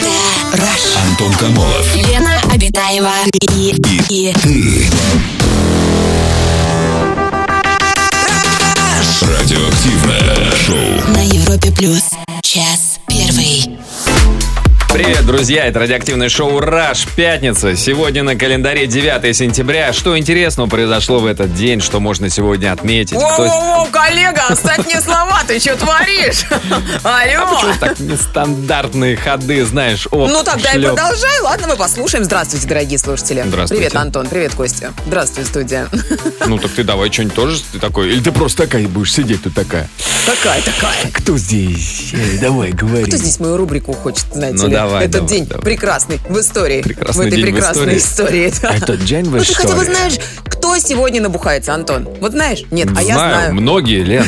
Это Rush. Антон Камолов. Лена Обитаева и, и, и Радиоактивное шоу. на Европе плюс час первый. Привет, друзья! Это радиоактивное шоу «Раш. Пятница». Сегодня на календаре 9 сентября. Что интересного произошло в этот день, что можно сегодня отметить? Кто Воу-воу-воу, коллега, оставь мне слова, ты что творишь? А Алло. так нестандартные ходы, знаешь, оп, Ну тогда и шлеп. продолжай. Ладно, мы послушаем. Здравствуйте, дорогие слушатели. Здравствуйте. Привет, Антон. Привет, Костя. Здравствуй, студия. Ну так ты давай что-нибудь тоже ты такой. Или ты просто такая будешь сидеть тут такая. Такая, такая. Кто здесь? Э, Давай, говори. Кто здесь мою рубрику хочет, знаете Ну, ли? давай, Этот давай, день давай. прекрасный в истории. Прекрасный в этой день в прекрасной истории. да. Этот день в Ну ты хотя бы истории. знаешь, кто сегодня набухается, Антон? Вот знаешь? Нет, а я знаю. многие, Лен.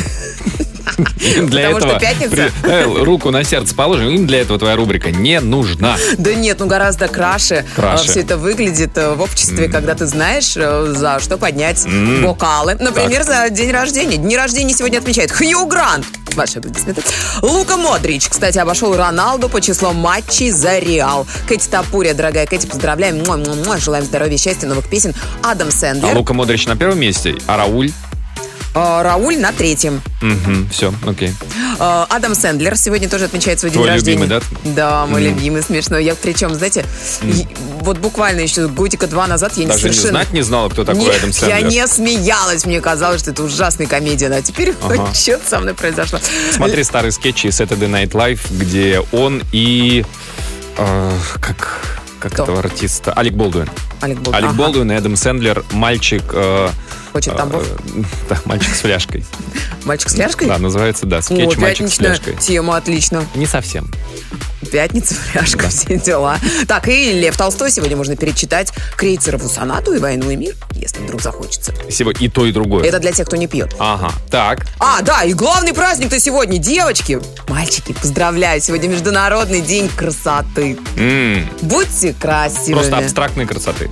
Им для Потому что этого пятница. при- э, руку на сердце положим, им для этого твоя рубрика не нужна. Да нет, ну гораздо краше, Краше. все это выглядит э, в обществе, когда ты знаешь, э, за что поднять бокалы. Например, за день рождения. Дни рождения сегодня отмечает Хью Грант. Ваши аплодисменты. Лука Модрич, кстати, обошел Роналду по числу матчей за Реал. Кэти Тапурия, дорогая Кэти, поздравляем. Муа-муа-муа. Желаем здоровья, счастья, новых песен. Адам А Сэндлер. Лука Модрич на первом месте, а Рауль? Э, Рауль на третьем. все, окей. Э, Адам Сэндлер сегодня тоже отмечает свой Твой день рождения. любимый, да? Да, мой любимый, смешно. Я причем, знаете, е- вот буквально еще годика два назад Даже я не не совершенно... знать не знала, кто такой Нет, Адам я Сэндлер. не смеялась, мне казалось, что это ужасная комедия, а теперь Ага. что со мной произошло. Смотри старые скетчи из Saturday Night Live, где он и... э, как как Кто? этого артиста? Алек Болдуин. Алек Болдуин. Алек Ага. Болдуин и Адам Сэндлер, мальчик... э, Хочет Тамбов? э, да, мальчик с фляжкой. Мальчик с фляжкой? Да, называется, да, О, скетч «Мальчик с пятничная фляжкой». тема, отлично. Не совсем. Пятница, фляжка, все дела. Так, и Лев Толстой сегодня можно перечитать Крейцерову сонату и «Войну и мир», если вдруг захочется. Сегодня и то, и другое. Это для тех, кто не пьет. Ага, так. А, да, и главный праздник-то сегодня, девочки. Мальчики, поздравляю, сегодня Международный день красоты. М, Будьте красивыми. Просто абстрактной красоты.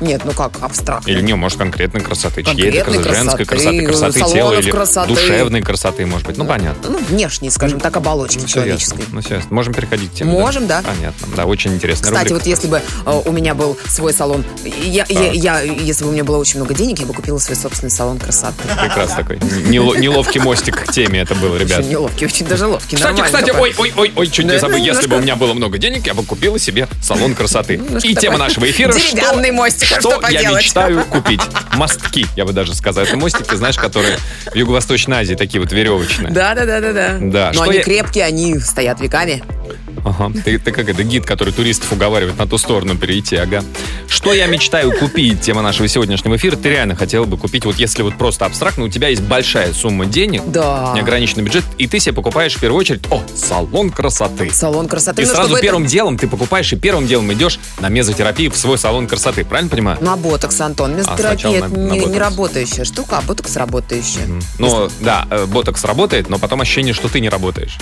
Нет, ну как абстрактно. Или не, может, конкретной красоты. Чьей-то Конкретной красоты, женской красоты, красоты, красоты тела салонов или красоты. душевной красоты, может быть. Ну, понятно. Ну, внешней, скажем так, оболочки Все человеческой. ясно. Ну, все ясно. Можем переходить к теме. Можем, да. Понятно. Да, очень интересно. Кстати, вот если бы э, у меня был свой салон, я, я- я- если бы у меня было очень много денег, я бы купила свой собственный салон красоты. Прекрасно такой. Нело- Неловкий мостик к теме это был, ребят. Очень неловкий, очень даже ловкий. Кстати, нормально кстати, такой. ой, ой, ой, ой, чуть Да, не забыл. ну, Если бы немножко. у меня было много денег, я бы купила себе салон красоты. Немножко И тема такой нашего эфира. что- деревянный мостик, а что Что я поделать? мечтаю купить? Мостки, я бы даже сказал. Это мостики, знаешь, которые в Юго-Восточной Азии такие вот веревочные. Да, да, да, да, да. Да, Но что они я- крепкие, они стоят веками. Ага. Ты, ты как это гид, который туристов уговаривает на ту сторону перейти, ага. Что я мечтаю купить? Тема нашего сегодняшнего эфира. Ты реально хотела бы купить, вот если вот просто абстрактно, у тебя есть большая сумма денег, Да. неограниченный бюджет, и ты себе покупаешь в первую очередь, о, салон красоты. Салон красоты. И ну, сразу чтобы это- первым делом ты покупаешь, и первым делом идешь на мезотерапию в свой салон красоты, правильно понимаю? На ботокс, Антон. А сначала Мезотерапия на- это на не, не ботокс. работающая штука, а ботокс работающая. Ну, да, э, ботокс работает, но потом ощущение, что ты не работаешь.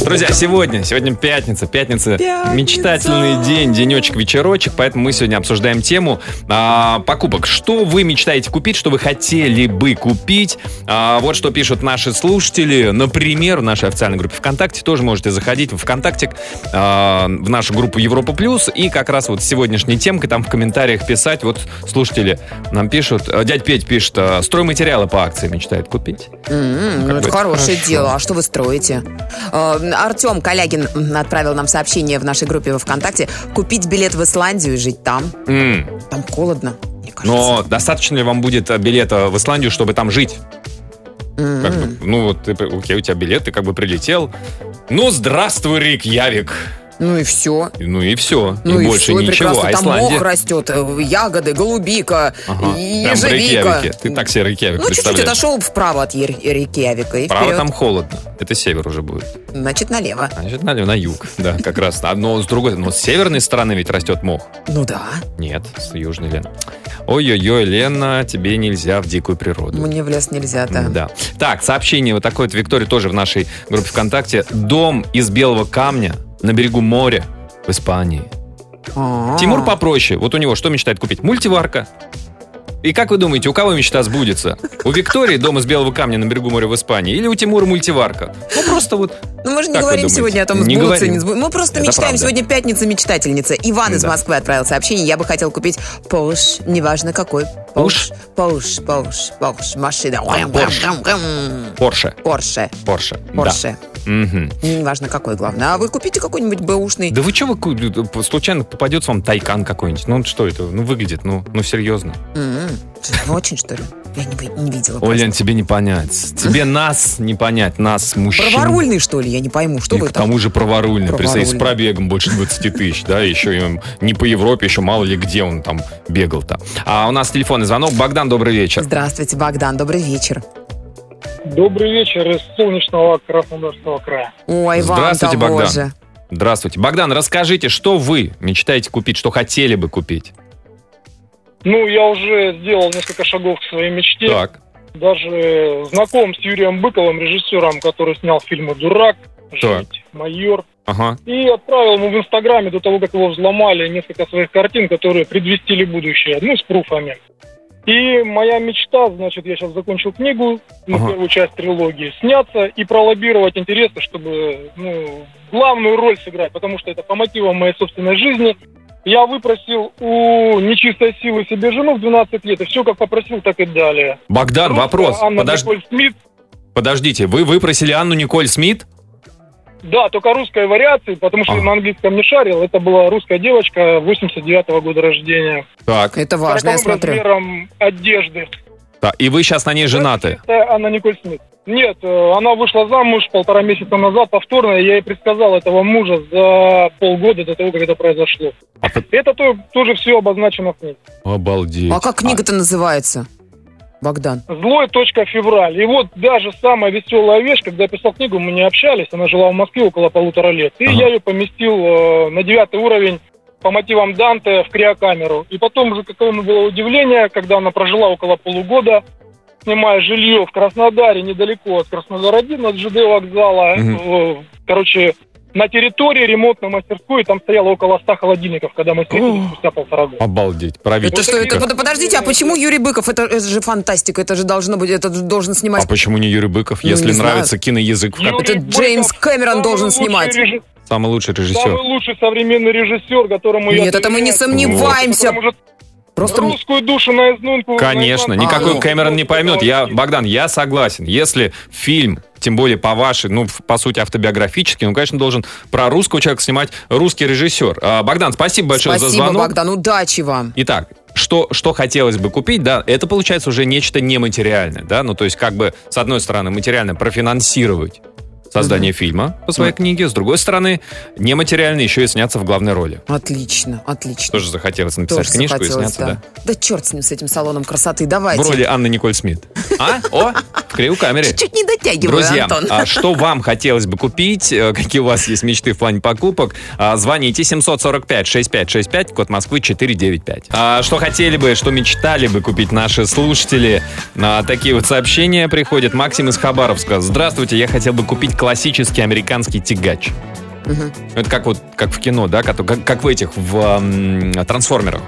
Друзья, сегодня, сегодня пятница, пятница, Пятница. мечтательный день, денечек, вечерочек, поэтому мы сегодня обсуждаем тему а, покупок. Что вы мечтаете купить, что вы хотели бы купить? А, вот что пишут наши слушатели, например, в нашей официальной группе ВКонтакте, тоже можете заходить в ВКонтакте, а, в нашу группу Европа Плюс, и как раз вот с сегодняшней темкой там в комментариях писать, вот слушатели нам пишут, э, дядь Петь пишет, э, стройматериалы по акции мечтает купить. М, Как ну, это бы хорошее хорошо. дело. А что вы строите? Э, Артем Калягин м, отправил нам сообщение в нашей группе во ВКонтакте. Купить билет в Исландию и жить там. М. Там холодно, мне кажется. Но достаточно ли вам будет э, билета в Исландию, чтобы там жить? М, Как бы, ну вот, ты, при- окей, у тебя билет, ты как бы прилетел. Ну, здравствуй, Рик Явик. Ну и все. Ну и все, Ну и и больше всё, и ничего. прекрасно. А Там мох Исландия... растет, э, ягоды, голубика, Ага, и прям в ежевика. Рейкьявике. Ты так себе Рейкьявик Ну, чуть-чуть представляешь. отошел вправо от Ер- Рейкьявика и Право вперед. там холодно. Это север уже будет. Значит, налево. Значит, на, на юг, да, как раз. А, Но с другой, но с северной стороны ведь растет мох. Ну да. Нет, с южной, Лен. Ой-ой-ой, Лена, тебе нельзя в дикую природу. Мне в лес нельзя, да. Да. Так, сообщение вот такое от Виктории тоже в нашей группе ВКонтакте. Дом из белого камня на берегу моря в Испании. А-а. Тимур попроще. Вот у него что мечтает купить? Мультиварка. И как вы думаете, у кого мечта сбудется? У Виктории дом из белого камня на берегу моря в Испании или у Тимура мультиварка? Ну просто вот Ну, мы же не Как вы говорим думаете? сегодня о том, Не сбудутся, говорим. не Ну, сбудутся. Мы просто Это мечтаем. правда. Сегодня пятница-мечтательница. Иван из Да. Москвы отправил сообщение. Я бы хотел купить Поуш, неважно какой. Поуш, Поуш, Поуш, Поуш. Машина. Порш. Порше. Порше. Порше. Порше. Да. Мгм. Неважно какой, главное. А вы купите какой-нибудь бэушный? Да вы что, вы ку- случайно попадется вам тайкан какой-нибудь? Ну что это? Ну выглядит, ну, ну серьезно. М-м. Ну, Очень, что ли? Я не, ви- не видела. Ой, просто. Лен, тебе не понять. Тебе нас не понять, нас, мужчин. Праворульный, что ли? Я не пойму, что и вы к там. тому же праворульный, Праворульный. представь, с пробегом больше 20 тысяч, да, еще и он не по Европе, еще мало ли где он там бегал-то. А у нас телефонный звонок. Богдан, добрый вечер. Здравствуйте, Богдан, добрый вечер. Добрый вечер из солнечного Краснодарского края. Ой, вам Здравствуйте, того Богдан. же. Здравствуйте. Богдан, расскажите, что вы мечтаете купить, что хотели бы купить? Ну, я уже сделал несколько шагов к своей мечте. Так. Даже знаком с Юрием Быковым, режиссером, который снял фильмы «Дурак», «Жить», «Майор». Ага. И отправил ему в Инстаграме до того, как его взломали, несколько своих картин, которые предвестили будущее. Ну, с пруфами. И моя мечта, значит, я сейчас закончил книгу, ну, Ага. первую часть трилогии, сняться и пролоббировать интересы, чтобы ну, главную роль сыграть, потому что это по мотивам моей собственной жизни. Я выпросил у нечистой силы себе жену в 12 лет, и все как попросил, так и далее. Богдан, Просто вопрос. Анна Подож- Николь Смит, Подождите, вы выпросили Анну Николь Смит? да, только русской вариации, потому что Ага. я на английском не шарил. Это была русская девочка 89 года рождения. Так. Это важно, я С каким смотрю. размером одежды. Да, И вы сейчас на ней женаты? Это Анна Николь Смит. Нет, э, она вышла замуж полтора месяца назад повторно, и я ей предсказал этого мужа за полгода до того, как это произошло. А по- Это то- тоже все обозначено в ней. Обалдеть. А как книга-то называется? Богдан. Злой точка февраль. И вот даже самая веселая вещь, когда я писал книгу, мы не общались, она жила в Москве около полутора лет. И Ага. я ее поместил э, на девятый уровень по мотивам Данте в криокамеру. И потом уже какое было удивление, когда она прожила около полугода, снимая жилье в Краснодаре, недалеко от Краснодара-1, от ЖД вокзала. э, короче, на территории ремонтной мастерской, и там стояло около 100 холодильников, когда мы встретились спустя полтора года. Обалдеть. Правитель. Это что, это, под- подождите, а почему Юрий Быков? Это, это же фантастика, это же должно быть, это же должен снимать... А почему не Юрий Быков? Ну, Если не знаю. нравится киноязык, в каком- Юрий Это Джеймс Быков Кэмерон самый должен лучший снимать. режиссер. самый лучший Самый режиссер. лучший современный режиссер, которому я Нет, это мы не доверяю. сомневаемся. Потому что А Просто... м- русскую душу наизнанку. Конечно, наизнанку. никакой ну. Кэмерон не поймет. Я, Богдан, я согласен. Если фильм, тем более по вашей, ну, в- по сути, автобиографический, он, конечно, должен про русского человека снимать русский режиссер. А, Богдан, спасибо большое за Спасибо, звонок. Богдан, удачи вам. Итак, что, что хотелось бы купить, да, это получается уже нечто нематериальное, да, ну, то есть как бы, с одной стороны, материально профинансировать создание фильма по своей книге, с другой стороны, нематериально еще и сняться в главной роли. Отлично, отлично. Тоже захотелось написать книжку и захотелось, сняться, да. да. Да черт с ним, с этим салоном красоты, давайте. В роли Анны Николь Смит. А? О, в криокамере. Чуть не дотягиваю, Друзья, Антон. а что вам хотелось бы купить? э, Какие у вас есть мечты в плане покупок? А, Звоните 745-6565, код Москвы 495. А, Что хотели бы, что мечтали бы купить наши слушатели? А, Такие вот сообщения приходят. Максим из Хабаровска. Здравствуйте, я хотел бы купить классический американский тягач. Мгм. Это как вот как в кино, да, как, как- как в этих в ам, трансформерах.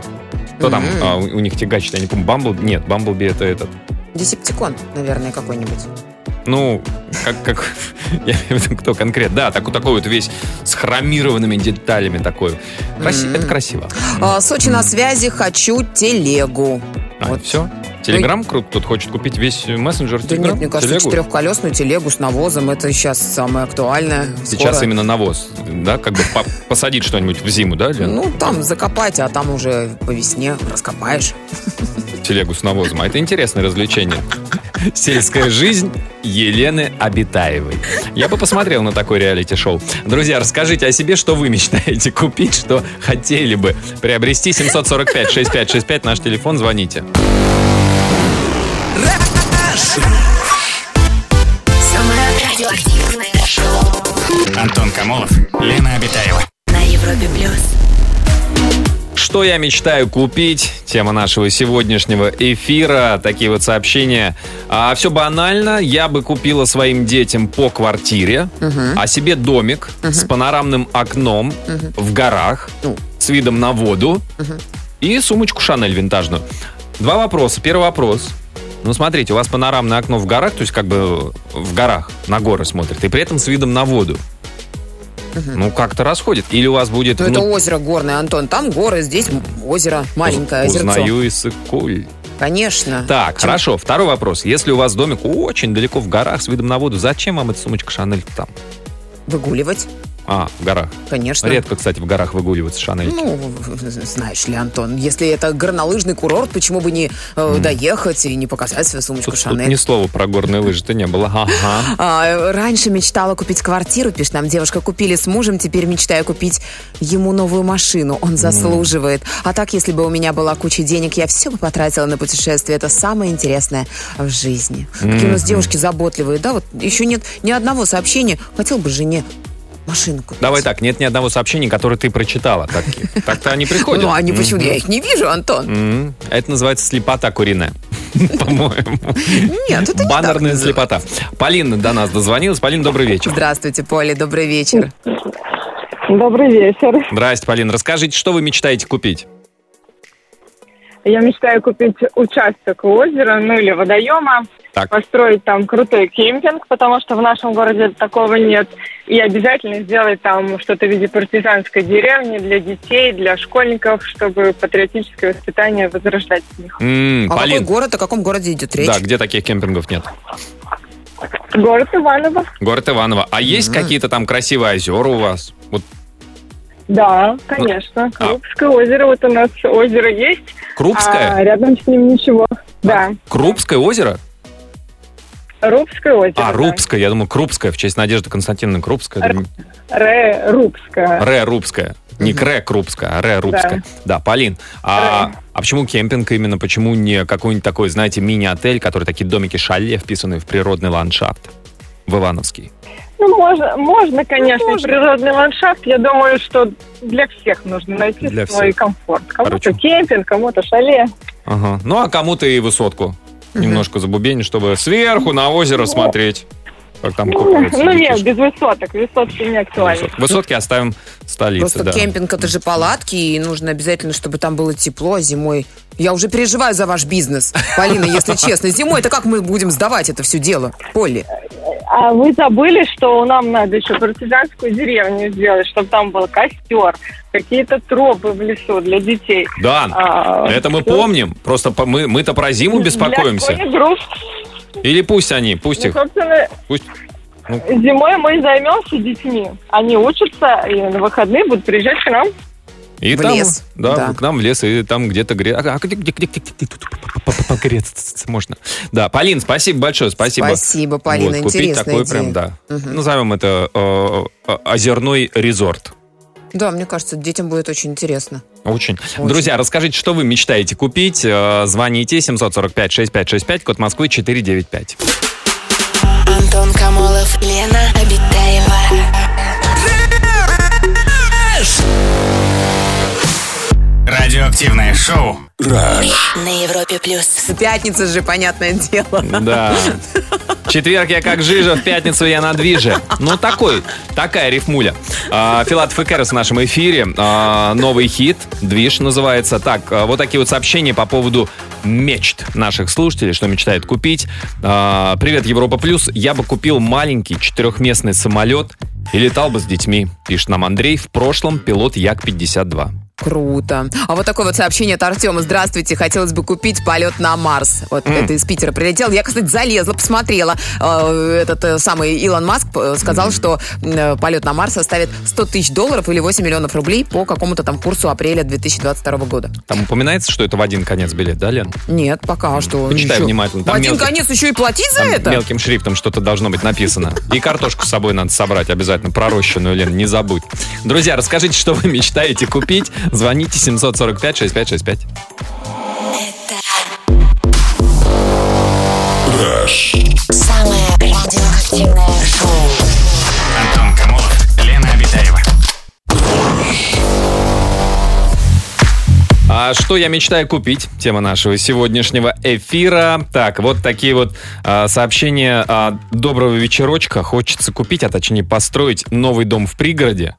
Кто там? Мгм. а, у, у них тягач, я не помню. Бамбл? Нет, Бамблби это этот. Десептикон, наверное, какой-нибудь. Ну, как, как я имею в виду, кто конкретно. Да, так, такой вот весь с хромированными деталями такой. Краси- Мгм. Это красиво. А, Сочи на связи, хочу телегу. А, вот. все. Телеграм круто, тут хочет купить весь мессенджер Да Телеграм. нет, мне кажется, Телегу. четырехколесную телегу с навозом это сейчас самое актуальное. Сейчас Скоро- именно навоз, да, как бы по- посадить что-нибудь в зиму, да, Лен? Ну, там закопать, а там уже по весне раскопаешь. Телегу с навозом. А это интересное развлечение. Сельская жизнь Елены Обитаевой. Я бы посмотрел на такое реалити-шоу. Друзья, расскажите о себе, что вы мечтаете купить, что хотели бы приобрести. 745-6565, наш телефон, звоните. Самое радиоактивное шоу Антон Камолов, Лена Обитаева. на Европе плюс. Что я мечтаю купить? Тема нашего сегодняшнего эфира. Такие вот сообщения. А, все банально. Я бы купила своим детям по квартире, а себе домик с панорамным окном в горах, Ну. с видом на воду и сумочку Шанель винтажную. Два вопроса. Первый вопрос. Ну, смотрите, у вас панорамное окно в горах, то есть как бы э, в горах, на горы смотрит, и при этом с видом на воду. Ну, как-то расходит. Или у вас будет... Ну, вну- это озеро горное, Антон. Там горы, здесь м- озеро, маленькое Уз- озерцо. Узнаю и сыкуй. Конечно. Так, Чем- хорошо. Второй вопрос. Если у вас домик очень далеко в горах с видом на воду, зачем вам эта сумочка Шанель там? Выгуливать, А, в горах. конечно. Редко, кстати, в горах выгуливаются Шанель. Ну, знаешь ли, Антон, если это горнолыжный курорт, почему бы не э, доехать и не показать свою сумочку Тут, тут Шанель? ни слова про горные лыжи-то не было. Ага. А, раньше мечтала купить квартиру, пишет нам девушка. Купили с мужем, теперь мечтаю купить ему новую машину. Он заслуживает. А так, если бы у меня была куча денег, я все бы потратила на путешествие. Это самое интересное в жизни. Какие у нас девушки заботливые, да? Вот еще нет ни одного сообщения. Хотел бы жене машину купить. Давай так, нет ни одного сообщения, которое ты прочитала. Так- Так-то они приходят. Ну, они почему? Я их не вижу, Антон. М, Это называется слепота куриная. По-моему. Нет, это Ну, не так Баннерная называется. слепота. Полина до нас дозвонилась. Полин, добрый вечер. Здравствуйте, Поля, добрый вечер. Добрый вечер. Здрасте, Полин. Расскажите, что вы мечтаете купить? Я мечтаю купить участок у озера, ну или водоема, Так. построить там крутой кемпинг, потому что в нашем городе такого нет. И обязательно сделать там что-то в виде партизанской деревни для детей, для школьников, чтобы патриотическое воспитание возрождать в них. М, А какой Полин, город, о каком городе идет речь? Да, где таких кемпингов нет? Город Иваново. Город Иваново. А есть какие-то там красивые озера у вас? Вот Да, конечно. а- Крупское озеро. Вот у нас озеро есть, а Крупское? рядом с ним ничего. А. Да, Крупское озеро? Рубское озеро. А, да. Рубское, я думал, Крупское, в честь Надежды Константиновны Крупская. Думаю, Ре Рубское. Ре Рубское. Не Кре Крупское, а Ре Рубское. Да, Полин, а, а почему кемпинг именно? Почему не какой-нибудь такой, знаете, мини-отель, который такие домики-шале, вписанные в природный ландшафт? В Ивановский. Ну, можно, можно конечно, и природный ландшафт. Я думаю, что для всех нужно найти Для свой всех. комфорт. Кому-то Короче. кемпинг, кому-то шале. Ага. Ну, а кому-то и высотку. Немножко забубенить, чтобы сверху на озеро смотреть. Как там кукуруца ну, нет, летишь. без высоток. Высотки не актуальны. Высот- Высотки оставим столице, Просто да. кемпинг это же палатки, и нужно обязательно, чтобы там было тепло а зимой. Я уже переживаю за ваш бизнес, Полина, если честно. Зимой это как мы будем сдавать это все дело? Поле. А вы забыли, что нам надо еще партизанскую деревню сделать, чтобы там был костер, какие-то тропы в лесу для детей. Дан, А, Это мы всё. помним. Просто по- мы, мы-то про зиму Для беспокоимся. школьных групп. Или пусть они, пусть Ну, их. собственно, Пусть. Ну. зимой мы займемся детьми. Они учатся и на выходные будут приезжать к нам. И В там, лес. Да, Да. к нам в лес, и там где-то гре... А, а где, где, где, где- где тут погреться можно. Да, Полин, спасибо большое, спасибо. Спасибо, Полина, Вот, купить интересная такой идея. прям, да. Мгм. Назовем это э, э, озерной резорт. Да, мне кажется, детям будет очень интересно. Очень. Очень. Друзья, расскажите, что вы мечтаете купить. Э, Звоните 745-6565, код Москвы 495. Антон Камолов, Лена Обитаева. Радиоактивное шоу. На Европе плюс. Пятница же, понятное дело. Да. Четверг я как жижа, в пятницу я на движе. Ну, такой, такая рифмуля. А, Филатов и Кэрос в нашем эфире. А, Новый хит, движ называется. Так, а, вот такие вот сообщения по поводу мечт наших слушателей, что мечтает купить. А, Привет, Европа Плюс. Я бы купил маленький четырехместный самолет и летал бы с детьми, пишет нам Андрей. В прошлом пилот Як-52. Круто. А вот такое вот сообщение от Артема. Здравствуйте, хотелось бы купить полет на Марс. Вот это из Питера прилетел. Я, кстати, залезла, посмотрела. Э, Этот э, самый Илон Маск э, сказал, что э, полет на Марс составит 100 тысяч долларов или 8 миллионов рублей по какому-то там курсу апреля 2022 года. Там упоминается, что это в один конец билет, да, Лен? Нет, пока что. Почитай Ещё. внимательно. В Там один мелкий- конец еще и платить за Там это? Мелким шрифтом что-то должно быть написано. И картошку с собой надо собрать обязательно, пророщенную, Лен, не забудь. Друзья, расскажите, что вы мечтаете купить. Звоните 745-6565. Самое радиоактивное шоу. Антон Камолов, Лена Обитаева. А что я мечтаю купить? Тема нашего сегодняшнего эфира. Так, вот такие вот а, сообщения. А, доброго вечерочка. Хочется купить, а точнее построить новый дом в пригороде.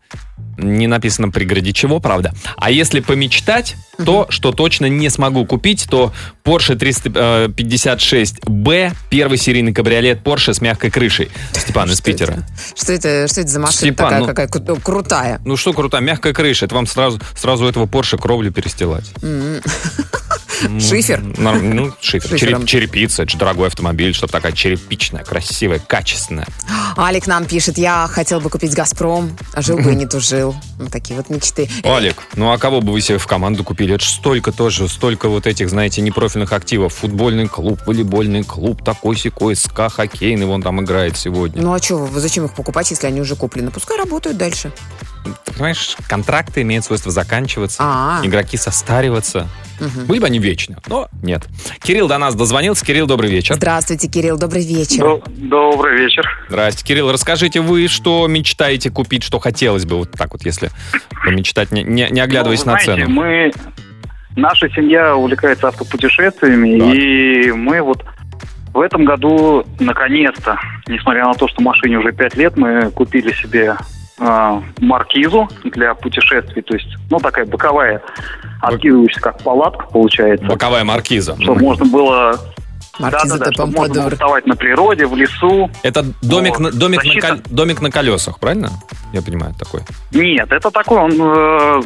Не написано в пригороде чего, правда. А если помечтать, то, что точно не смогу купить, то Porsche э, 356B, первый серийный кабриолет Porsche с мягкой крышей. Степан из Что это? Питера. Что это, что это за машина Степан, такая, ну- какая кру- крутая? Ну что круто, мягкая крыша. Это вам сразу, сразу этого Порше кровлю перестилать. Ну, Шифер? норм- Ну, шифер. Шифером. Череп- черепица. Это же дорогой автомобиль, чтобы такая черепичная, красивая, качественная. Алик нам пишет, я хотел бы купить «Газпром», а жил бы и не тужил. Вот такие вот мечты. Олег, ну а кого бы вы себе в команду купили? Это ж столько тоже, столько вот этих, знаете, непрофильных активов. Футбольный клуб, волейбольный клуб, такой секой, СКА, хоккейный, вон там играет сегодня. Ну а что, зачем их покупать, если они уже куплены? Пускай работают дальше. Ты понимаешь, контракты имеют свойство заканчиваться, А. игроки состариваться. Мгм. Были бы они вечны, но нет. Кирилл до нас дозвонился. Кирилл, добрый вечер. Здравствуйте, Кирилл, добрый вечер. Добрый вечер. Здрасте, Кирилл. Расскажите, вы что мечтаете купить, что хотелось бы, вот так вот, если помечтать, не, не- не оглядываясь Ну, вы на знаете, цену? Мы, наша семья увлекается автопутешествиями, Так. и мы вот в этом году наконец-то, несмотря на то, что машине уже пять лет, мы купили себе э, маркизу для путешествий, то есть, ну, такая боковая, откидывающаяся как палатка, получается. Боковая маркиза. Чтобы можно было... Маркиза Да-да-да, де чтобы можно было Помпадур. вставать на природе, в лесу. Это домик, на- домик, на, Защита. кол- домик на колесах, правильно? Я понимаю, такой. Нет, это такой, он э,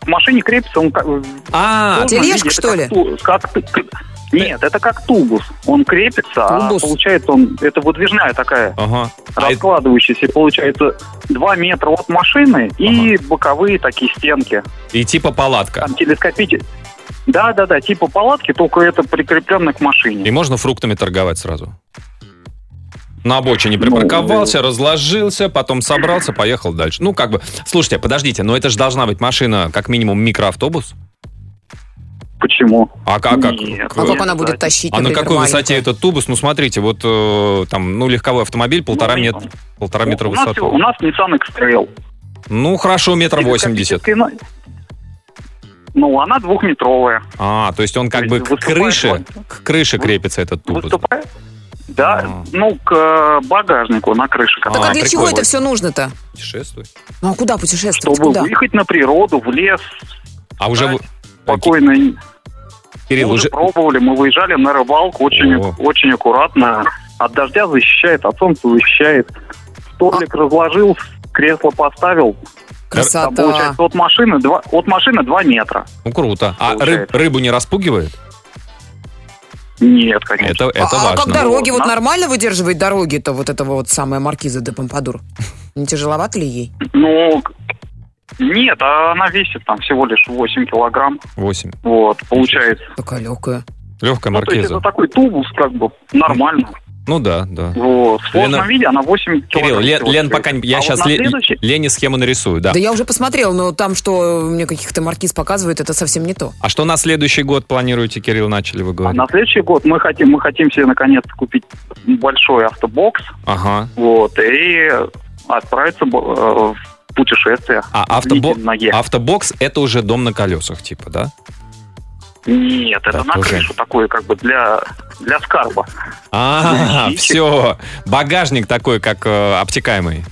к машине крепится, он как- А, Тулус, тележка, видите, что это ли? как ту- как ты- к- Нет, это как тубус. Он крепится, Тубус? а получается он... Это выдвижная такая, ага. А это- раскладывающаяся. Получается 2 метра от машины и боковые такие стенки. и типа палатка. Там телескопите. Да-да-да, типа палатки, только это прикрепленно к И машине. можно фруктами торговать сразу. На Ну, обочине припарковался, разложился, потом собрался, поехал дальше. Ну, как бы, слушайте, подождите, но это же должна быть машина, как минимум, микроавтобус. Почему? А как? как? Нет. А как она Да. будет тащить, А на например, какой высоте маленькую? этот тубус? Ну, смотрите, вот э, там, ну, легковой автомобиль, полтора, Ну, мет- там. полтора метра у, нас, высоты. у нас Nissan X-Trail. Ну, хорошо, метр восемьдесят. Телескопическая на- Ну, она двухметровая. А, то есть он как То бы есть к выступает крыше, он. к крыше крепится этот тубус. Выступает? Да, А. ну, к э, багажнику на крыше. как А, Так а для прикольно. чего это все нужно-то? Путешествует. Ну а куда путешествовать? чтобы куда? выехать на природу, в лес, А уже... вы- спокойно. Кирилл, Мы уже... уже пробовали, мы выезжали на рыбалку очень, О. очень аккуратно. От дождя защищает, от солнца защищает. Столик разложил, кресло поставил. Там, Красота. получается, от машины, два, от машины 2 метра. Ну, круто. А Получается. рыб- рыбу не распугивает? Нет, конечно. Это, это а, а важно. как дороги? Вот Вот, на- нормально выдерживает дороги-то вот этого вот самая маркиза де Помпадур? Не тяжеловато ли ей? Ну, к- нет, а она весит там всего лишь 8 килограмм. Восемь. Вот, получается. Такая легкая. Легкая Ну, то есть это маркиза. такой тубус, как бы, нормально. Ну да, да. Вот. В сложном Лена- виде она 8 Кирилл, килограмм Лен, всего Лен весит. пока... не- Я А вот сейчас на следующий- Лене схему нарисую, да. Да я уже посмотрел, но там, что э, мне каких-то маркиз показывают, это совсем не то. А что на следующий год планируете, Кирилл, начали вы а говорить? на следующий год мы хотим, мы хотим себе наконец-то купить большой автобокс, Ага. вот, и отправиться бо- э, в путешествие. А автобо- Длительное. автобокс – это уже дом на колесах, типа, да? Нет, это Так, на уже. крышу такое, как бы для, для скарба. А, Ящичек. все. Багажник такой, как э, обтекаемый.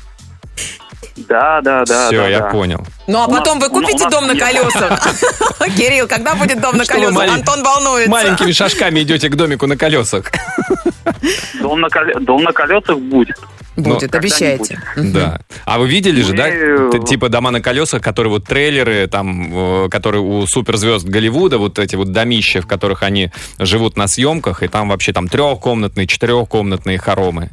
Да, да, да. все, да, я да. понял. Ну а У нас- потом вы у нас- купите у нас дом на нет. колесах? Кирилл, когда будет дом на Что вы колесах? малень- Антон волнуется. Маленькими шажками идете к домику на колесах. Дом на, коле- дом на колесах будет. Будет, Ну, обещайте. Да. А вы видели же, да, Мы- э, т- типа дома на колесах, которые вот трейлеры, там, э, которые у суперзвезд Голливуда, вот эти вот домища, в которых они живут на съемках, и там вообще там трехкомнатные, четырехкомнатные хоромы.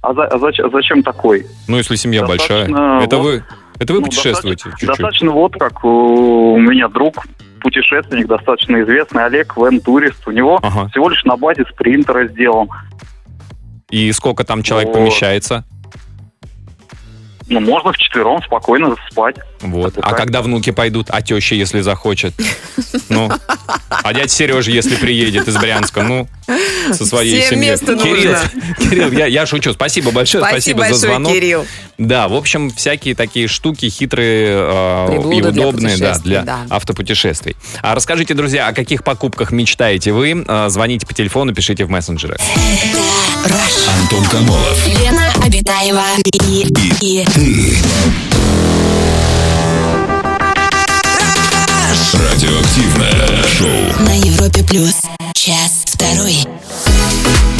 А, за- а зач- зачем такой? Ну, если семья Достаточно, большая. Это вот, вы, это вы Ну, путешествуете достаточно, чуть-чуть. достаточно вот как у меня друг, путешественник, достаточно известный, Олег Вен Турист. У него Ага. всего лишь на базе спринтера сделан. И сколько там человек Вот. помещается? Ну, можно вчетвером спокойно спать. Вот. Это А так. когда внуки пойдут, а теща, если захочет? Ну, а дядя Сережа, если приедет из Брянска, ну, со своей Всем семьей. место Кирилл, нужно. Кирилл, я, я шучу. Спасибо большое, спасибо, Спасибо за большое, звонок. Кирилл. Да, в общем, всякие такие штуки хитрые э, и Приблуды для удобные да, путешествий, для да. автопутешествий. А расскажите, друзья, о каких покупках мечтаете вы? Э, звоните по телефону, пишите в мессенджеры. Антон Камолов. Лена Обитаева и, и Радиоактивное шоу. на Европе плюс час второй.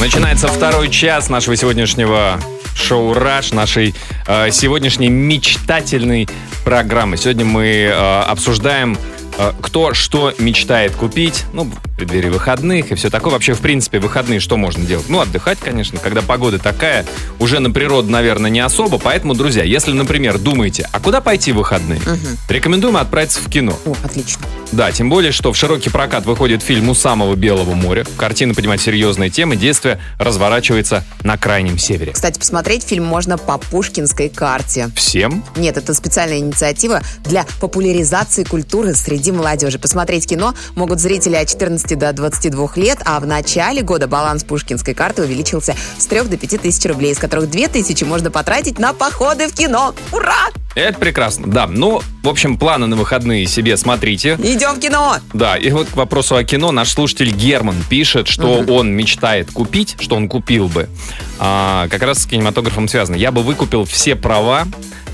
Начинается второй час нашего сегодняшнего шоу «Раш», нашей э, сегодняшней мечтательной программы. Сегодня мы э, обсуждаем, э, кто что мечтает купить, ну, в преддверии выходных и все такое. Вообще, в принципе, выходные что можно делать? Ну, отдыхать, конечно, когда погода такая, уже на природу, наверное, не особо. Поэтому, друзья, если, например, думаете, а куда пойти в выходные, рекомендуем отправиться в кино. О, отлично. Да, тем более, что в широкий прокат выходит фильм «У самого Белого моря». Картина поднимает серьезные темы, действие разворачивается на крайнем севере. Кстати, посмотреть фильм можно по пушкинской карте. Всем? Нет, это специальная инициатива для популяризации культуры среди молодежи. Посмотреть кино могут зрители от 14 до 22 лет, а в начале года баланс пушкинской карты увеличился с 3 до 5 тысяч рублей, из которых 2 тысячи можно потратить на походы в кино. Ура! Это прекрасно, да. Ну, в общем, планы на выходные себе смотрите. Идем в кино! Да, и вот к вопросу о кино наш слушатель Герман пишет, что он мечтает купить, что он купил бы. А, как раз с кинематографом связано. Я бы выкупил все права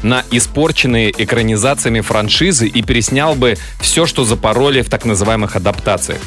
на испорченные экранизациями франшизы и переснял бы все, что запороли в так называемых адаптациях.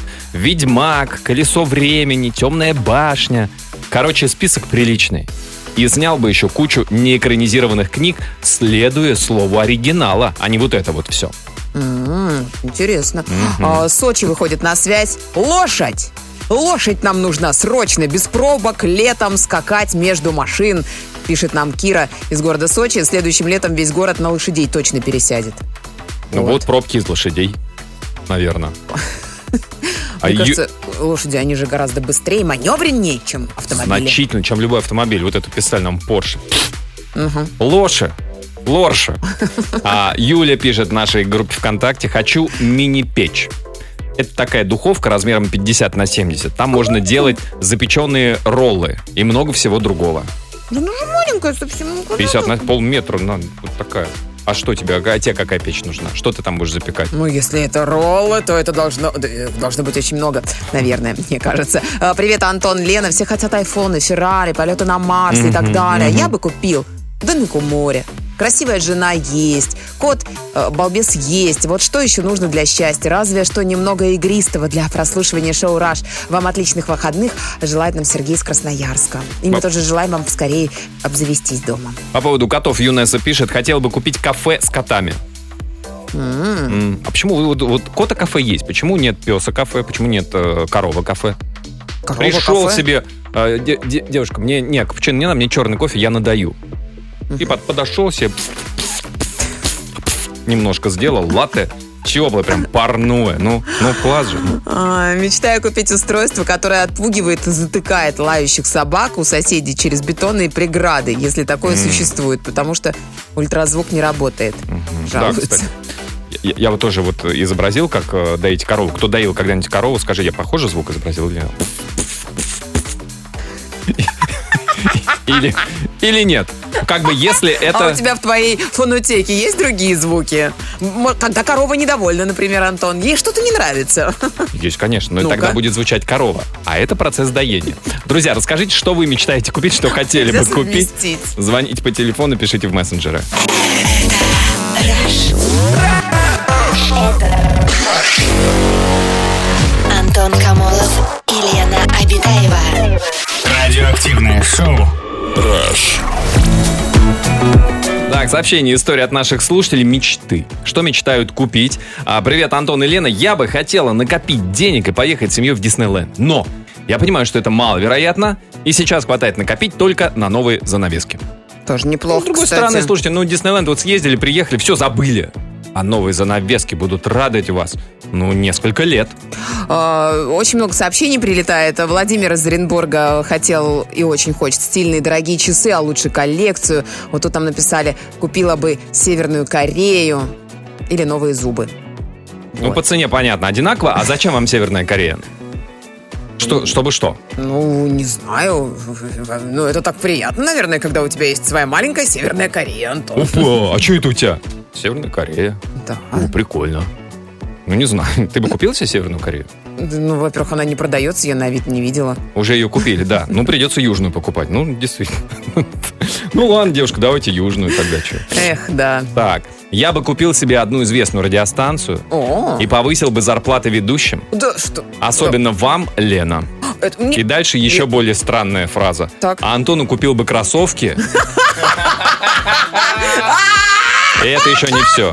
«Ведьмак», «Колесо времени», «Темная башня». Короче, список приличный. И снял бы еще кучу неэкранизированных книг, следуя слову оригинала, а не вот это вот все. М, Интересно. Мгм. А, Сочи выходит на связь. Лошадь! Лошадь нам нужна срочно, без пробок, летом скакать между машин, пишет нам Кира из города Сочи. Следующим летом весь город на лошадей точно пересядет. Ну Вот. вот пробки из лошадей, наверное. А Мне ю- кажется, лошади, они же гораздо быстрее, и маневреннее, чем автомобили. значительно, чем любой автомобиль. Вот это писали нам Porsche. Мгм. Лоши. Лорша. А Юля пишет в нашей группе ВКонтакте «Хочу мини-печь». Это такая духовка размером 50 на 70. Там можно делать запеченные роллы и много всего другого. Да ну же маленькая совсем. ну, 50 на куда-то. полметра, ну, вот такая. А что тебе, а тебе какая печь нужна? Что ты там будешь запекать? Ну, если это роллы, то это должно, да, э, должно быть очень много, наверное, мне кажется. А, Привет, Антон, Лена. Все хотят айфоны, Феррари, полеты на Марс и так Мгм, далее. мгм. Я бы купил домик у моря. Красивая жена есть, кот э, балбес есть. Вот что еще нужно для счастья? Разве что немного игристого для прослушивания шоу «Раш». Вам отличных выходных. Желает нам Сергей из Красноярска. И мы Баб- тоже желаем вам поскорее обзавестись домом. По поводу котов Юнеса пишет, хотел бы купить кафе с котами. М. М, А почему вы- вот, вот кота кафе есть? Почему нет песа кафе? Почему нет э, корова кафе? Корова, Пришел кафе. себе э, де- де- девушка, мне не капучино не надо, мне черный кофе, я надаю. И под- подошел себе пф, пф, пф, пф, немножко сделал латте, теплое, прям парное. Ну, ну класс же. Ну, А, Мечтаю купить устройство, которое отпугивает и затыкает лающих собак у соседей через бетонные преграды, если такое существует, потому что ультразвук не работает. Да, Жалуются. кстати. Я, я вот тоже вот изобразил, как э, доить корову. Кто доил когда-нибудь корову, скажи, я похоже звук изобразил или или или нет? Как бы если А у это тебя в твоей фонотеке есть другие звуки? М, Когда корова недовольна, например, Антон, ей что-то не нравится. есть, конечно, но Ну-ка. тогда будет звучать корова, а это процесс доения. Друзья, расскажите, что вы мечтаете купить, что хотели бы Нельзя купить. совместить. Звоните по телефону, пишите в мессенджеры. Антон Камолов и Лена Обитаева. Радиоактивное шоу. Так, сообщение, история от наших слушателей, мечты. Что мечтают купить? А, привет, Антон и Лена. Я бы хотела накопить денег и поехать с семьей в Диснейленд. Но я понимаю, что это маловероятно, и сейчас хватает накопить только на новые занавески. Тоже Ну, неплохо, с другой кстати. стороны, слушайте, ну Диснейленд вот съездили, приехали, все забыли. А новые занавески будут радовать вас, ну, несколько лет. Э, Очень много сообщений прилетает. Владимир из Оренбурга хотел и очень хочет стильные дорогие часы, а лучше коллекцию. Вот тут нам написали, купила бы Северную Корею или новые зубы. Ну, Вот. по цене понятно, одинаково. А зачем вам Северная Корея? Что, чтобы что? Ну, не знаю. Ну, это так приятно, наверное, когда у тебя есть своя маленькая Северная Корея, Антон. Уфа, а что это у тебя? Северная Корея. Да. О, прикольно. Ну, не знаю. Ты бы купил себе Северную Корею? Ну, во-первых, она не продается, я на вид не видела. Уже ее купили, да. Ну, придется Южную покупать. Ну, действительно. Ну, ладно, девушка, давайте Южную тогда что. Эх, да. Так, я бы купил себе одну известную радиостанцию О, и повысил бы зарплаты ведущим. да что? Особенно вам, Лена. Это мне- И дальше еще более странная фраза. Так. А Антону купил бы кроссовки. А! И это еще не все.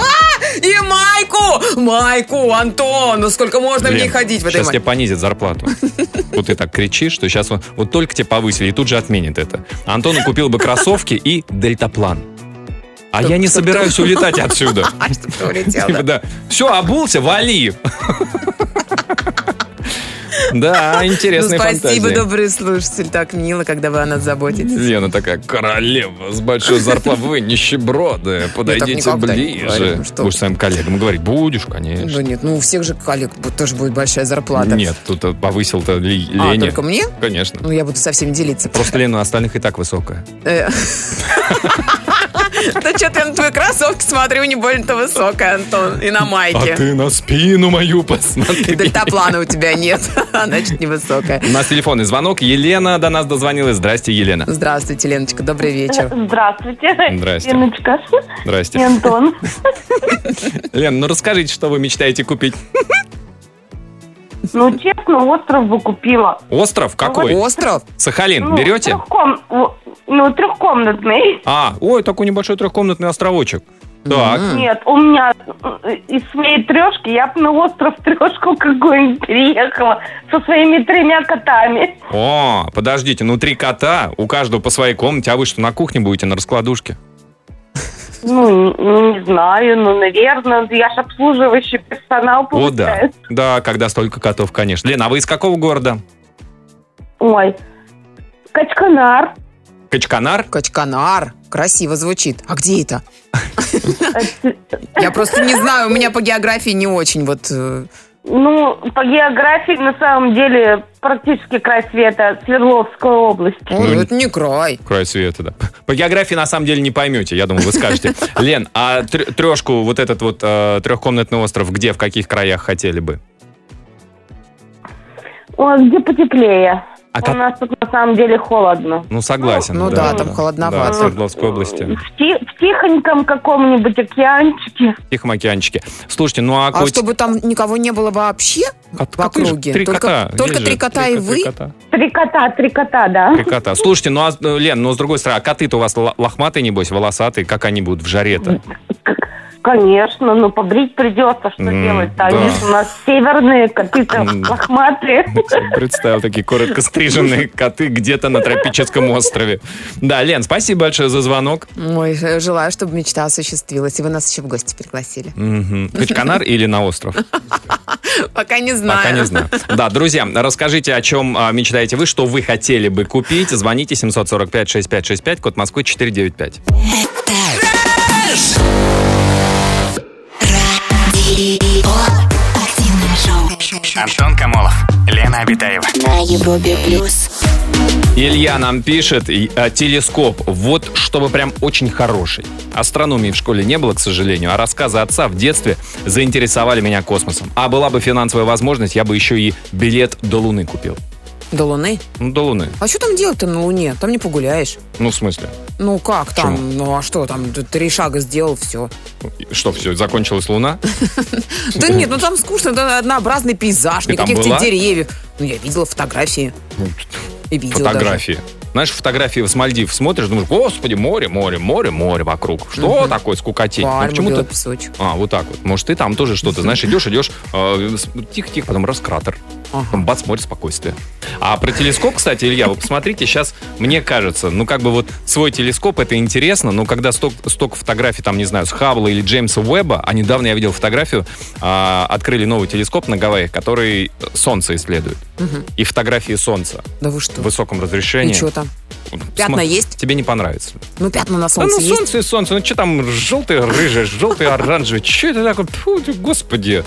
И майку! Майку, Антон! Ну сколько можно в ней Лен, ходить в этой Сейчас тебе майке? понизят зарплату. Вот ты так кричишь, что сейчас вот, вот только тебе повысили, и тут же отменят это. Антону купил бы кроссовки и дельтаплан. А я не собираюсь улетать отсюда. А что ты улетел, Типа, да? да. Все, обулся, вали. Да, Ну, интересные спасибо, фантазии. добрый слушатель. Так мило, когда вы о нас заботитесь. Лена ну, такая, королева с большой зарплатой, вы нищеброды, подойдите никогда не ближе. говорим, что Будешь своим коллегам говорить, будешь, Ну конечно. нет, ну у всех же коллег бу- тоже будет большая зарплата. Нет, тут э, повысил-то Ли- А, Лене. только мне? Конечно. Ну, я буду со всеми делиться. Просто Лена, у остальных и так высокая. Э. Да что ты на твои кроссовки смотрю, не больно-то высокая, Антон, и на майке. А на спину мою И посмотри. дельтаплана у тебя нет, значит, невысокая. У нас телефонный звонок. Елена до нас дозвонилась. Здрасте, Елена. Здравствуйте, Леночка, добрый вечер. Здравствуйте. Здрасте. Инночка. И Здрасте. Антон. Лен, ну расскажите, что вы мечтаете купить. Ну, честно, остров бы купила. Остров какой? Остров? Сахалин Ну, берете? трехком- о, Ну, трехкомнатный. А, ой, такой небольшой трехкомнатный островочек. Так, Нет, у меня э, из своей трешки я бы на остров трешку какую-нибудь переехала со своими тремя котами. о, подождите, ну три кота, у каждого по своей комнате, а вы что, на кухне будете, на раскладушке? Ну, н- ну, не знаю, ну, наверное, я же обслуживающий персонал О, да, получается. да, когда столько котов, конечно. Лена, а вы из какого города? Ой, Качканар. Качканар? Качканар. Красиво звучит. А где это? Э, Я просто не знаю, у меня по географии не очень вот... э, Ну, по географии, на самом деле, практически край света Свердловская область. Ну, Ой, это не край. Край света, да. По географии на самом деле не поймете, я думаю, вы скажете. Лен, а тр- трешку, вот этот вот э, трехкомнатный остров, где, в каких краях хотели бы? Ой, где потеплее. А У как- нас тут на самом деле холодно. Ну, согласен. Ну да, там холодновато. Да, в Свердловской области, В, ти- в тихоньком каком-нибудь океанчике. в Тихом океанчике. Слушайте, ну а, А котик- чтобы там никого не было вообще кот- в коты же, округе? Три только кота. только есть три же, кота и ко- вы? Три кота. Три кота, три кота, да. Три кота. Слушайте, ну, а, э, Лен, ну, с другой стороны, а коты-то у вас л- лохматые, небось, волосатые. Как они будут в жаре-то? Конечно, но побрить придется, что М, делать-то. да. Они ж у нас северные коты-то М. лохматые. Представил такие коротко стриженные коты где-то на тропическом острове. Да, Лен, спасибо большое за звонок. Ой, э, желаю, чтобы мечта осуществилась, и вы нас еще в гости пригласили. Мгм. Качканар или на остров? Пока не знаю. Пока не знаю. Да, друзья, расскажите, о чем а, мечтаете вы, что вы хотели бы купить. Звоните 745-6565, код Москвы 495. Радио. Активное шоу. Антон Камолов, Лена Обитаева. На Европе плюс. Илья нам пишет, и, а, телескоп, вот чтобы прям очень хороший. Астрономии в школе не было, к сожалению, а рассказы отца в детстве заинтересовали меня космосом. А была бы финансовая возможность, я бы еще и билет до Луны купил. До Луны? Ну, до Луны. А что там делать-то на Луне? Там не погуляешь. Ну, в смысле? Ну как там? Почему? Ну а что там? Т- Три шага сделал, все. Что, все, закончилась Луна? Да нет, ну там скучно, да однообразный пейзаж, Ты там никаких тебе была? деревьев. Ну я видела фотографии. И видео даже. Фотографии. Знаешь, фотографии с Мальдив смотришь, думаешь, господи, море, море, море, море вокруг. Что такое скукотень? Ну, Пальмы, почему-то- белый песочек. А, вот так вот. Может, ты там тоже что-то, знаешь, идешь, идешь, э, с- тихо-тихо, потом раз кратер. Ага. Потом бац, море, спокойствие. А про телескоп, кстати, Илья, вы посмотрите, сейчас, мне кажется, ну, как бы вот свой телескоп, это интересно, но когда сток- столько, фотографий, там, не знаю, с Хаббла или Джеймса Уэбба, а недавно я видел фотографию, а, открыли новый телескоп на Гавайях, который Солнце исследует. Мгм. И фотографии Солнца Да вы в что? высоком разрешении. И что там? Вот, сма- Пятна есть? Тебе не понравится. Ну пятна на Да солнце ну есть? солнце и солнце, ну что там желтый, рыжий, желтый, оранжевый, что это такое? Тьфу ты, господи.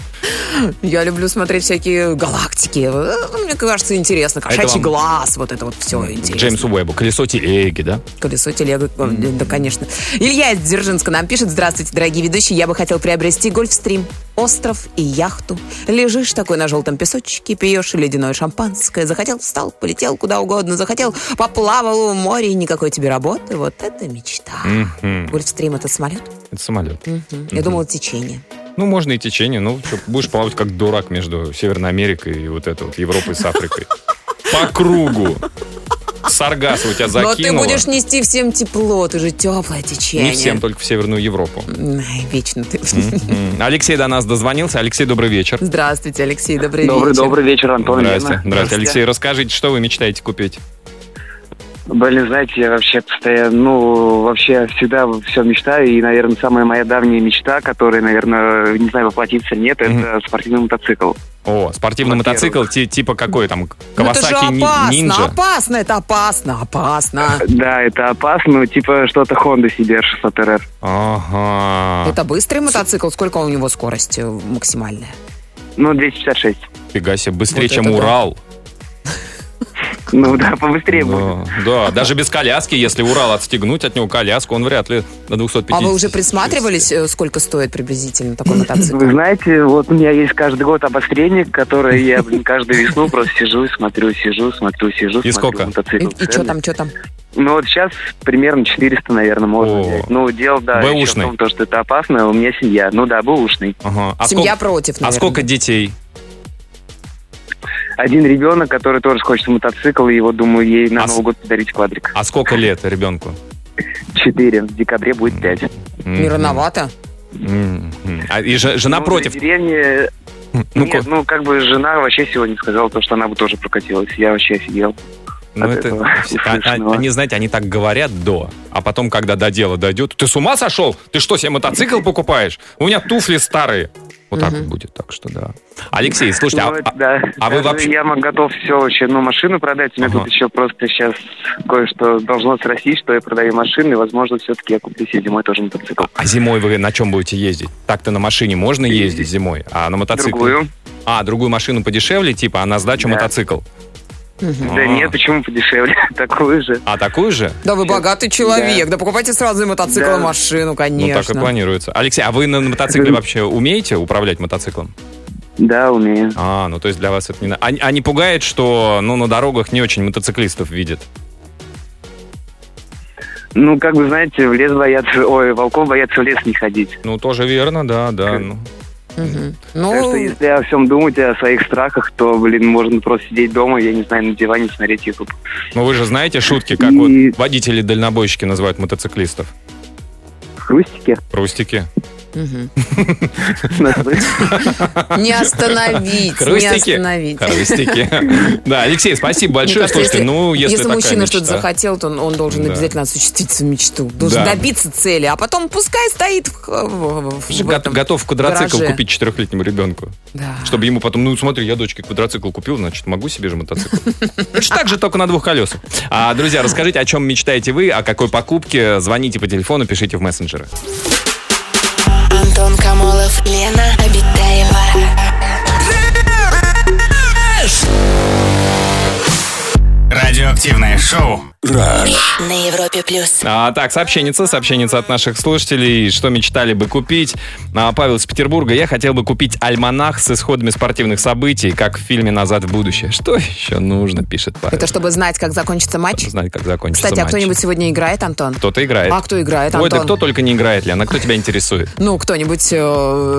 Я люблю смотреть всякие галактики. Э, Мне кажется, интересно. Кошачий А вам- глаз, вот это вот все интересно. Джеймсу Уэббу, колесо телеги, да? Колесо телега, э, да, конечно. Илья из Дзержинска нам пишет. Здравствуйте, дорогие ведущие. Я бы хотел приобрести гольфстрим, остров и яхту. Лежишь такой на желтом песочке, пьешь ледяное шампанское. Захотел, встал, полетел куда угодно. Захотел, поплавал в море, и никакой тебе работы. Вот это мечта. Мгм. Гольфстрим — это самолет? Это самолет. Мгм. Я думала, течение. Ну, можно и течение, ну, чё, будешь плавать как дурак между Северной Америкой и вот это вот Европой с Африкой. По кругу. Саргаса у тебя Но ты закинуло. будешь нести всем тепло, ты же теплое течение. Не всем, только в Северную Европу. Ай, Вечно ты. Мгм. Алексей до нас дозвонился. Алексей, добрый вечер. Здравствуйте, Алексей, добрый Добрый, вечер. добрый вечер, Антон Здравствуйте. Лена. Здравствуйте, Алексей. Расскажите, что вы мечтаете купить? Блин, знаете, я вообще постоянно, ну, вообще всегда все мечтаю. И, наверное, самая моя давняя мечта, которая, наверное, не знаю, воплотится, нет, Мгм. это спортивный мотоцикл. О, спортивный Во-первых. мотоцикл, ти- типа какой там, Ну это же Кавасаки ни- опасно, а? Нинджа. опасно, это опасно, опасно. Да, это опасно, типа что-то Honda себе 600 RR. Ага. Это быстрый мотоцикл, сколько у него скорость э, максимальная? Ну, 256. Фига себе, быстрее, Вот чем это да. Урал. Ну да, побыстрее будет. Да, да, даже без коляски, если Урал отстегнуть от него коляску, он вряд ли на 250. А вы уже присматривались, э, сколько стоит приблизительно такой мотоцикл? Вы знаете, вот у меня есть каждый год обострение, которое я блин, каждую весну просто сижу, и смотрю, сижу, смотрю, сижу. И смотрю сколько? И, мотоцикл. что там, что там? Ну вот сейчас примерно 400, наверное, можно О. взять. Ну, дело, да, ещё Бэушный. в том, то, что это опасно, у меня семья. Ну да, бэушный. Ага. А, Семья сколько, против, а наверное. сколько детей? Один ребенок, который тоже хочет мотоцикл, и его, думаю, ей на А с- Новый год подарить квадрик. А сколько лет ребенку? Четыре. В декабре будет пять. Мгм. Не рановато? Мгм. А и же- жена Ну, против? для деревни- Ну, Нет, ко- ну, как бы жена вообще сегодня сказала то, что она бы тоже прокатилась. Я вообще офигел. ну, от это- этого а- а- услышанного. Они, знаете, они так говорят до, а потом, когда до дела дойдет, ты с ума сошел? Ты что, себе мотоцикл покупаешь? У меня туфли старые. Вот так вот будет, так что да. Алексей, слушайте, а- Ну, это а- да. а вы Даже вообще- Я мог- готов все вообще, ну, машину продать. У меня Ага. тут еще просто сейчас кое-что должно срастись, что я продаю машины, и, возможно, все-таки я куплю себе зимой тоже мотоцикл. а зимой вы на чем будете ездить? Так-то на машине можно ездить зимой, а на мотоцикле? Другую. А, другую машину подешевле, типа, а на сдачу Да. мотоцикл. А. Да нет, почему подешевле? Такую же. А такую же? Да вы богатый человек, да, покупайте сразу и мотоцикл, Да. и машину, Ну, так и конечно. планируется. Алексей, а вы на на мотоцикле вообще умеете управлять мотоциклом? Да, умею. А, ну то есть для вас это не... на- А, а не пугает, что ну, на дорогах не очень мотоциклистов видят? Ну, как вы знаете, в лес боятся, ой, волков боятся в лес не ходить. Ну, тоже верно, да, да. ну. Мгм. Так что Ну, если о всем думать, и о своих страхах, то, блин, можно просто сидеть дома, я не знаю, на диване смотреть YouTube. Но ну, вы же знаете шутки, как вот И- водители-дальнобойщики называют мотоциклистов? Хрустики? Рустики. мгм. Мгм. Спасибо Не остановить, не Крыстики. остановить. Крыстики. Да, Алексей, спасибо большое. Мне кажется, Слушайте, ну, если такая мужчина что-то мечта. захотел, то он, он должен Да. обязательно осуществить свою мечту. Должен Да. добиться цели, а потом пускай стоит в, в- в Слушай, этом гот- Готов квадроцикл гараже. купить четырехлетнему ребенку. Да. Чтобы ему потом, ну смотри, я дочке квадроцикл купил, значит, могу себе же мотоцикл. Это же так же, только на двух колесах. А, друзья, расскажите, о чем мечтаете вы, о какой покупке. Звоните по телефону, пишите в мессенджеры. Антон Камолов, Лена Обитаева. Радиоактивное шоу. На Европе плюс. А, так, сообщенница, сообщенница от наших слушателей, что мечтали бы купить. А, Павел из Петербурга, я хотел бы купить альманах с исходами спортивных событий, как в фильме «Назад в будущее». Что еще нужно, пишет Павел. Это чтобы знать, как закончится матч. Знать, как закончится Кстати, а матч. кто-нибудь сегодня играет, Антон? Кто-то играет. А кто играет, Ой, да Антон? кто только не играет, Лена, кто тебя интересует? Ну, кто-нибудь э,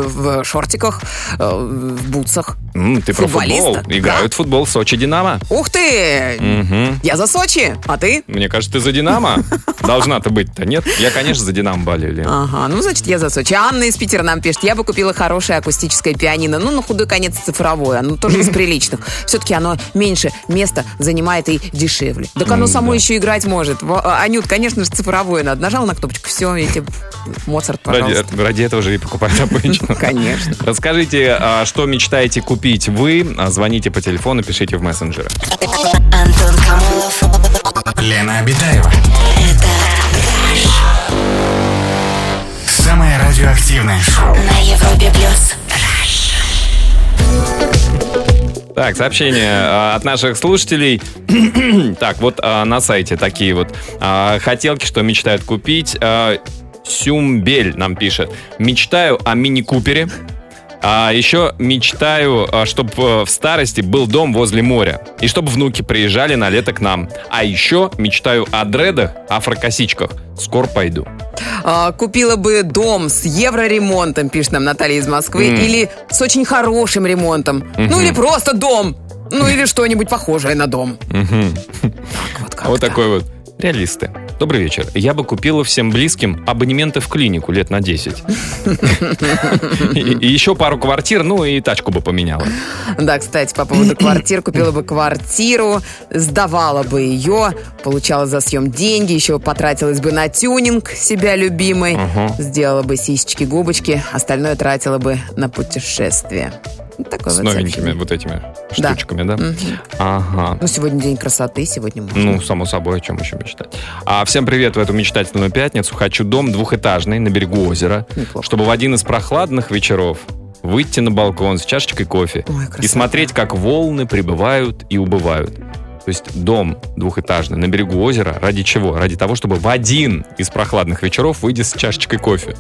в шортиках, э, в бутсах. М, ты про футбол. Футболиста, да. Играют в футбол в Сочи «Динамо». Ух ты! Мгм. Я за Сочи, а ты? Мне кажется, ты за «Динамо». Должна ты быть-то, нет? Я, конечно, за «Динамо» болею, Лен. Ага, ну, значит, я за Сочи. Анна из Питера нам пишет. Я бы купила хорошее акустическое пианино. Ну, на худой конец цифровое. Оно тоже из приличных. Все-таки оно меньше места занимает и дешевле. Так оно само еще играть может. Во- а, Анют, конечно же, цифровое надо. Нажал на кнопочку, все, и тебе Моцарт, Ради, пожалуйста. ради этого же и покупают обычно. Конечно. Расскажите, а, что мечтаете купить вы. А, Звоните по телефону, пишите в мессенджеры. Антон Камолов, Лена Обитаева. это Самое радиоактивное шоу. на Европе плюс. Так, сообщение а, от наших слушателей. Так, вот а, на сайте такие вот а, хотелки, что мечтают купить. А, Сюмбель нам пишет. Мечтаю о мини-купере. А еще мечтаю, чтобы в старости был дом возле моря. И чтобы внуки приезжали на лето к нам. А еще мечтаю о дредах, афрокосичках. Скоро пойду. А, Купила бы дом с евроремонтом, пишет нам Наталья из Москвы, М. или с очень хорошим ремонтом. Ну или просто дом. Ну или что-нибудь похожее на дом. Мгм. А Вот, как-то. Вот такой вот. Реалисты. Добрый вечер. Я бы купила всем близким абонементы в клинику лет на 10. И и еще пару квартир, ну и тачку бы поменяла. Да, кстати, по поводу квартир. Купила бы квартиру, сдавала бы ее, получала за съем деньги, еще потратилась бы на тюнинг себя любимой, Ага. сделала бы сисечки-губочки, остальное тратила бы на путешествие. Ну, такое С вот новенькими сообщение. вот этими Да. штучками, да? Мгм. Ага. Ну, сегодня день красоты, сегодня можно. Ну, само собой, о чем еще мечтать. А всем привет в эту мечтательную пятницу. Хочу дом двухэтажный на берегу озера, Неплохо. чтобы в один из прохладных вечеров выйти на балкон с чашечкой кофе Ой, и красота. смотреть, как волны прибывают и убывают. То есть дом двухэтажный на берегу озера ради чего? Ради того, чтобы в один из прохладных вечеров выйти с чашечкой кофе.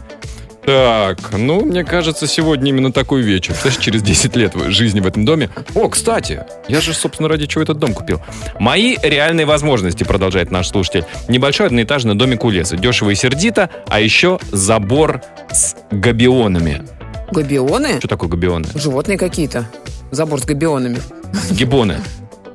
Так, ну, мне кажется, сегодня именно такой вечер. Знаешь, через 10 лет в- жизни в этом доме. О, кстати, я же, собственно, ради чего этот дом купил. Мои реальные возможности, продолжает наш слушатель. Небольшой одноэтажный домик у леса. Дешево и сердито, а еще забор с габионами. Габионы? Что такое габионы? Животные какие-то. Забор с габионами. Гибоны.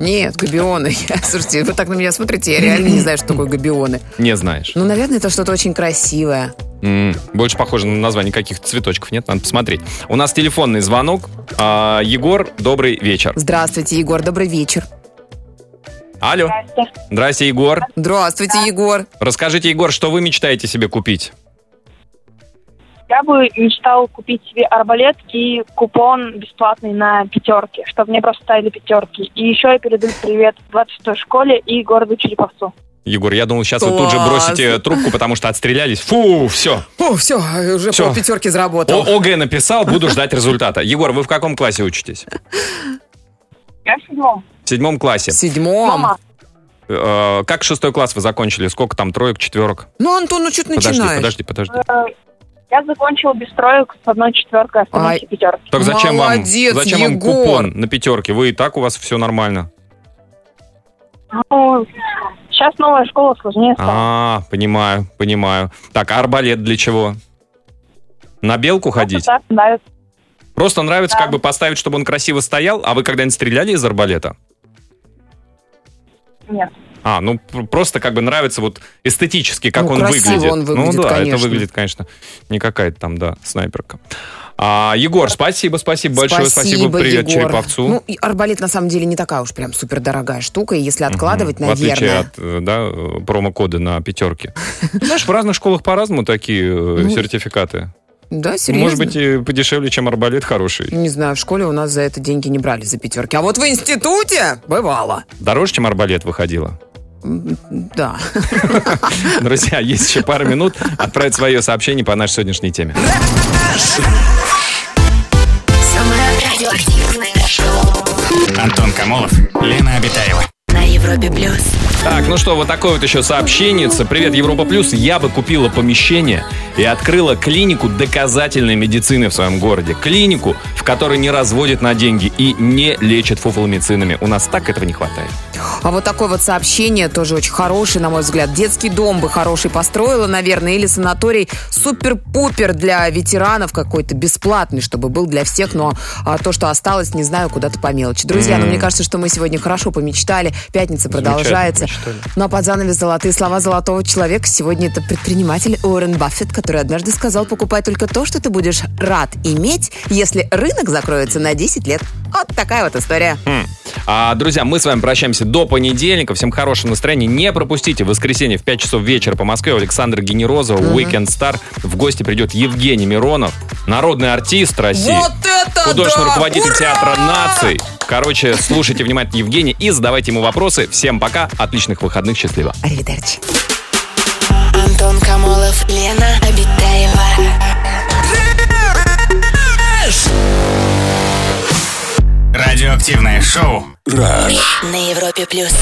Нет, габионы. Я- слушайте, вы так на меня смотрите, я реально не знаю, что такое габионы. Не знаешь. Ну, наверное, это что-то очень красивое. М, Больше похоже на название каких-то цветочков, нет? Надо посмотреть. У нас телефонный звонок. А, Егор, добрый вечер. Здравствуйте, Егор, добрый вечер. Алло. Здрасте, Егор. Здравствуйте, Егор. Расскажите, Егор, что вы мечтаете себе купить? Я бы мечтал купить себе арбалет и купон бесплатный на пятерки, чтобы мне просто ставили пятерки. И еще я передаю привет 26-й школе и городу Череповцу. Егор, я думал, сейчас вы тут же Класс. бросите трубку, потому что отстрелялись. Фу, все. О, все, уже Всё. пол пятерки заработал. ОГ написал, буду ждать результата. Егор, вы в каком классе учитесь? Я в седьмом. В седьмом классе. В седьмом. Мама, Э, Как шестой класс вы закончили? Сколько там троек, четверок? Ну, Антон, ну что ты Подожди, начинаешь? подожди, подожди. я закончила без троек с одной четверкой, остальные Ай. пятерки. Так зачем Молодец, вам, зачем вам Егор. купон на пятерке? Вы и так у вас все нормально. Ну, сейчас новая школа сложнее стала. А, понимаю, понимаю. Так, а арбалет для чего? На белку ходить? Просто так нравится. Просто нравится, Да. как бы поставить, чтобы он красиво стоял. А вы когда-нибудь стреляли из арбалета? Нет. А, ну пр- просто как бы нравится вот эстетически, как Ну, он красиво выглядит. он выглядит, ну да, конечно. это выглядит, конечно, не какая-то там, да, снайперка. А, Егор, спасибо, спасибо большое, спасибо, привет Егор. Череповцу. Ну, и арбалет на самом деле не такая уж прям супер дорогая штука, и если откладывать, Мгм. В отличие наверное. от э, да, э, промокода на пятерке. Знаешь, в разных школах по-разному такие э, Ну, сертификаты. Да, серьезно. ну, Может быть, и подешевле, чем арбалет хороший. Не знаю, в школе у нас за это деньги не брали за пятерки. А вот в институте бывало. Дороже, чем арбалет выходило. М, Да. Друзья, есть еще пару минут отправить свое сообщение по нашей сегодняшней теме. Самое радиоактивное шоу Антон Камолов, Лена Обитаева. на Европе плюс. Так, ну что, вот такое вот еще сообщение. Привет, Европа Плюс. Я бы купила помещение и открыла клинику доказательной медицины в своем городе. Клинику, в которой не разводят на деньги и не лечат фуфломицинами. У нас так этого не хватает. А вот такое вот сообщение тоже очень хорошее, на мой взгляд. Детский дом бы хороший построила, наверное, или санаторий супер-пупер для ветеранов какой-то бесплатный, чтобы был для всех, но а, то, что осталось, не знаю, куда-то по мелочи. Друзья, ну мне кажется, что мы сегодня хорошо помечтали. Пятница продолжается. Ну а под занавес золотые слова золотого человека сегодня это предприниматель Уоррен Баффет, который однажды сказал, покупай только то, что ты будешь рад иметь, если рынок закроется на 10 лет. Вот такая вот история. А, друзья, мы с вами прощаемся до понедельника. Всем хорошего настроения. Не пропустите. В воскресенье в 5 часов вечера по Москве у Александра Генерозова, Weekend Star. В гости придет Евгений Миронов, народный артист России. Вот это Художественный да! руководитель Ура! театра наций. Короче, слушайте внимательно Евгения и задавайте ему вопросы. Всем пока, отличных выходных, счастливо. Arrivederci. Антон Камолов, Лена Обитаева. Радиоактивное шоу Rush. На Европе плюс.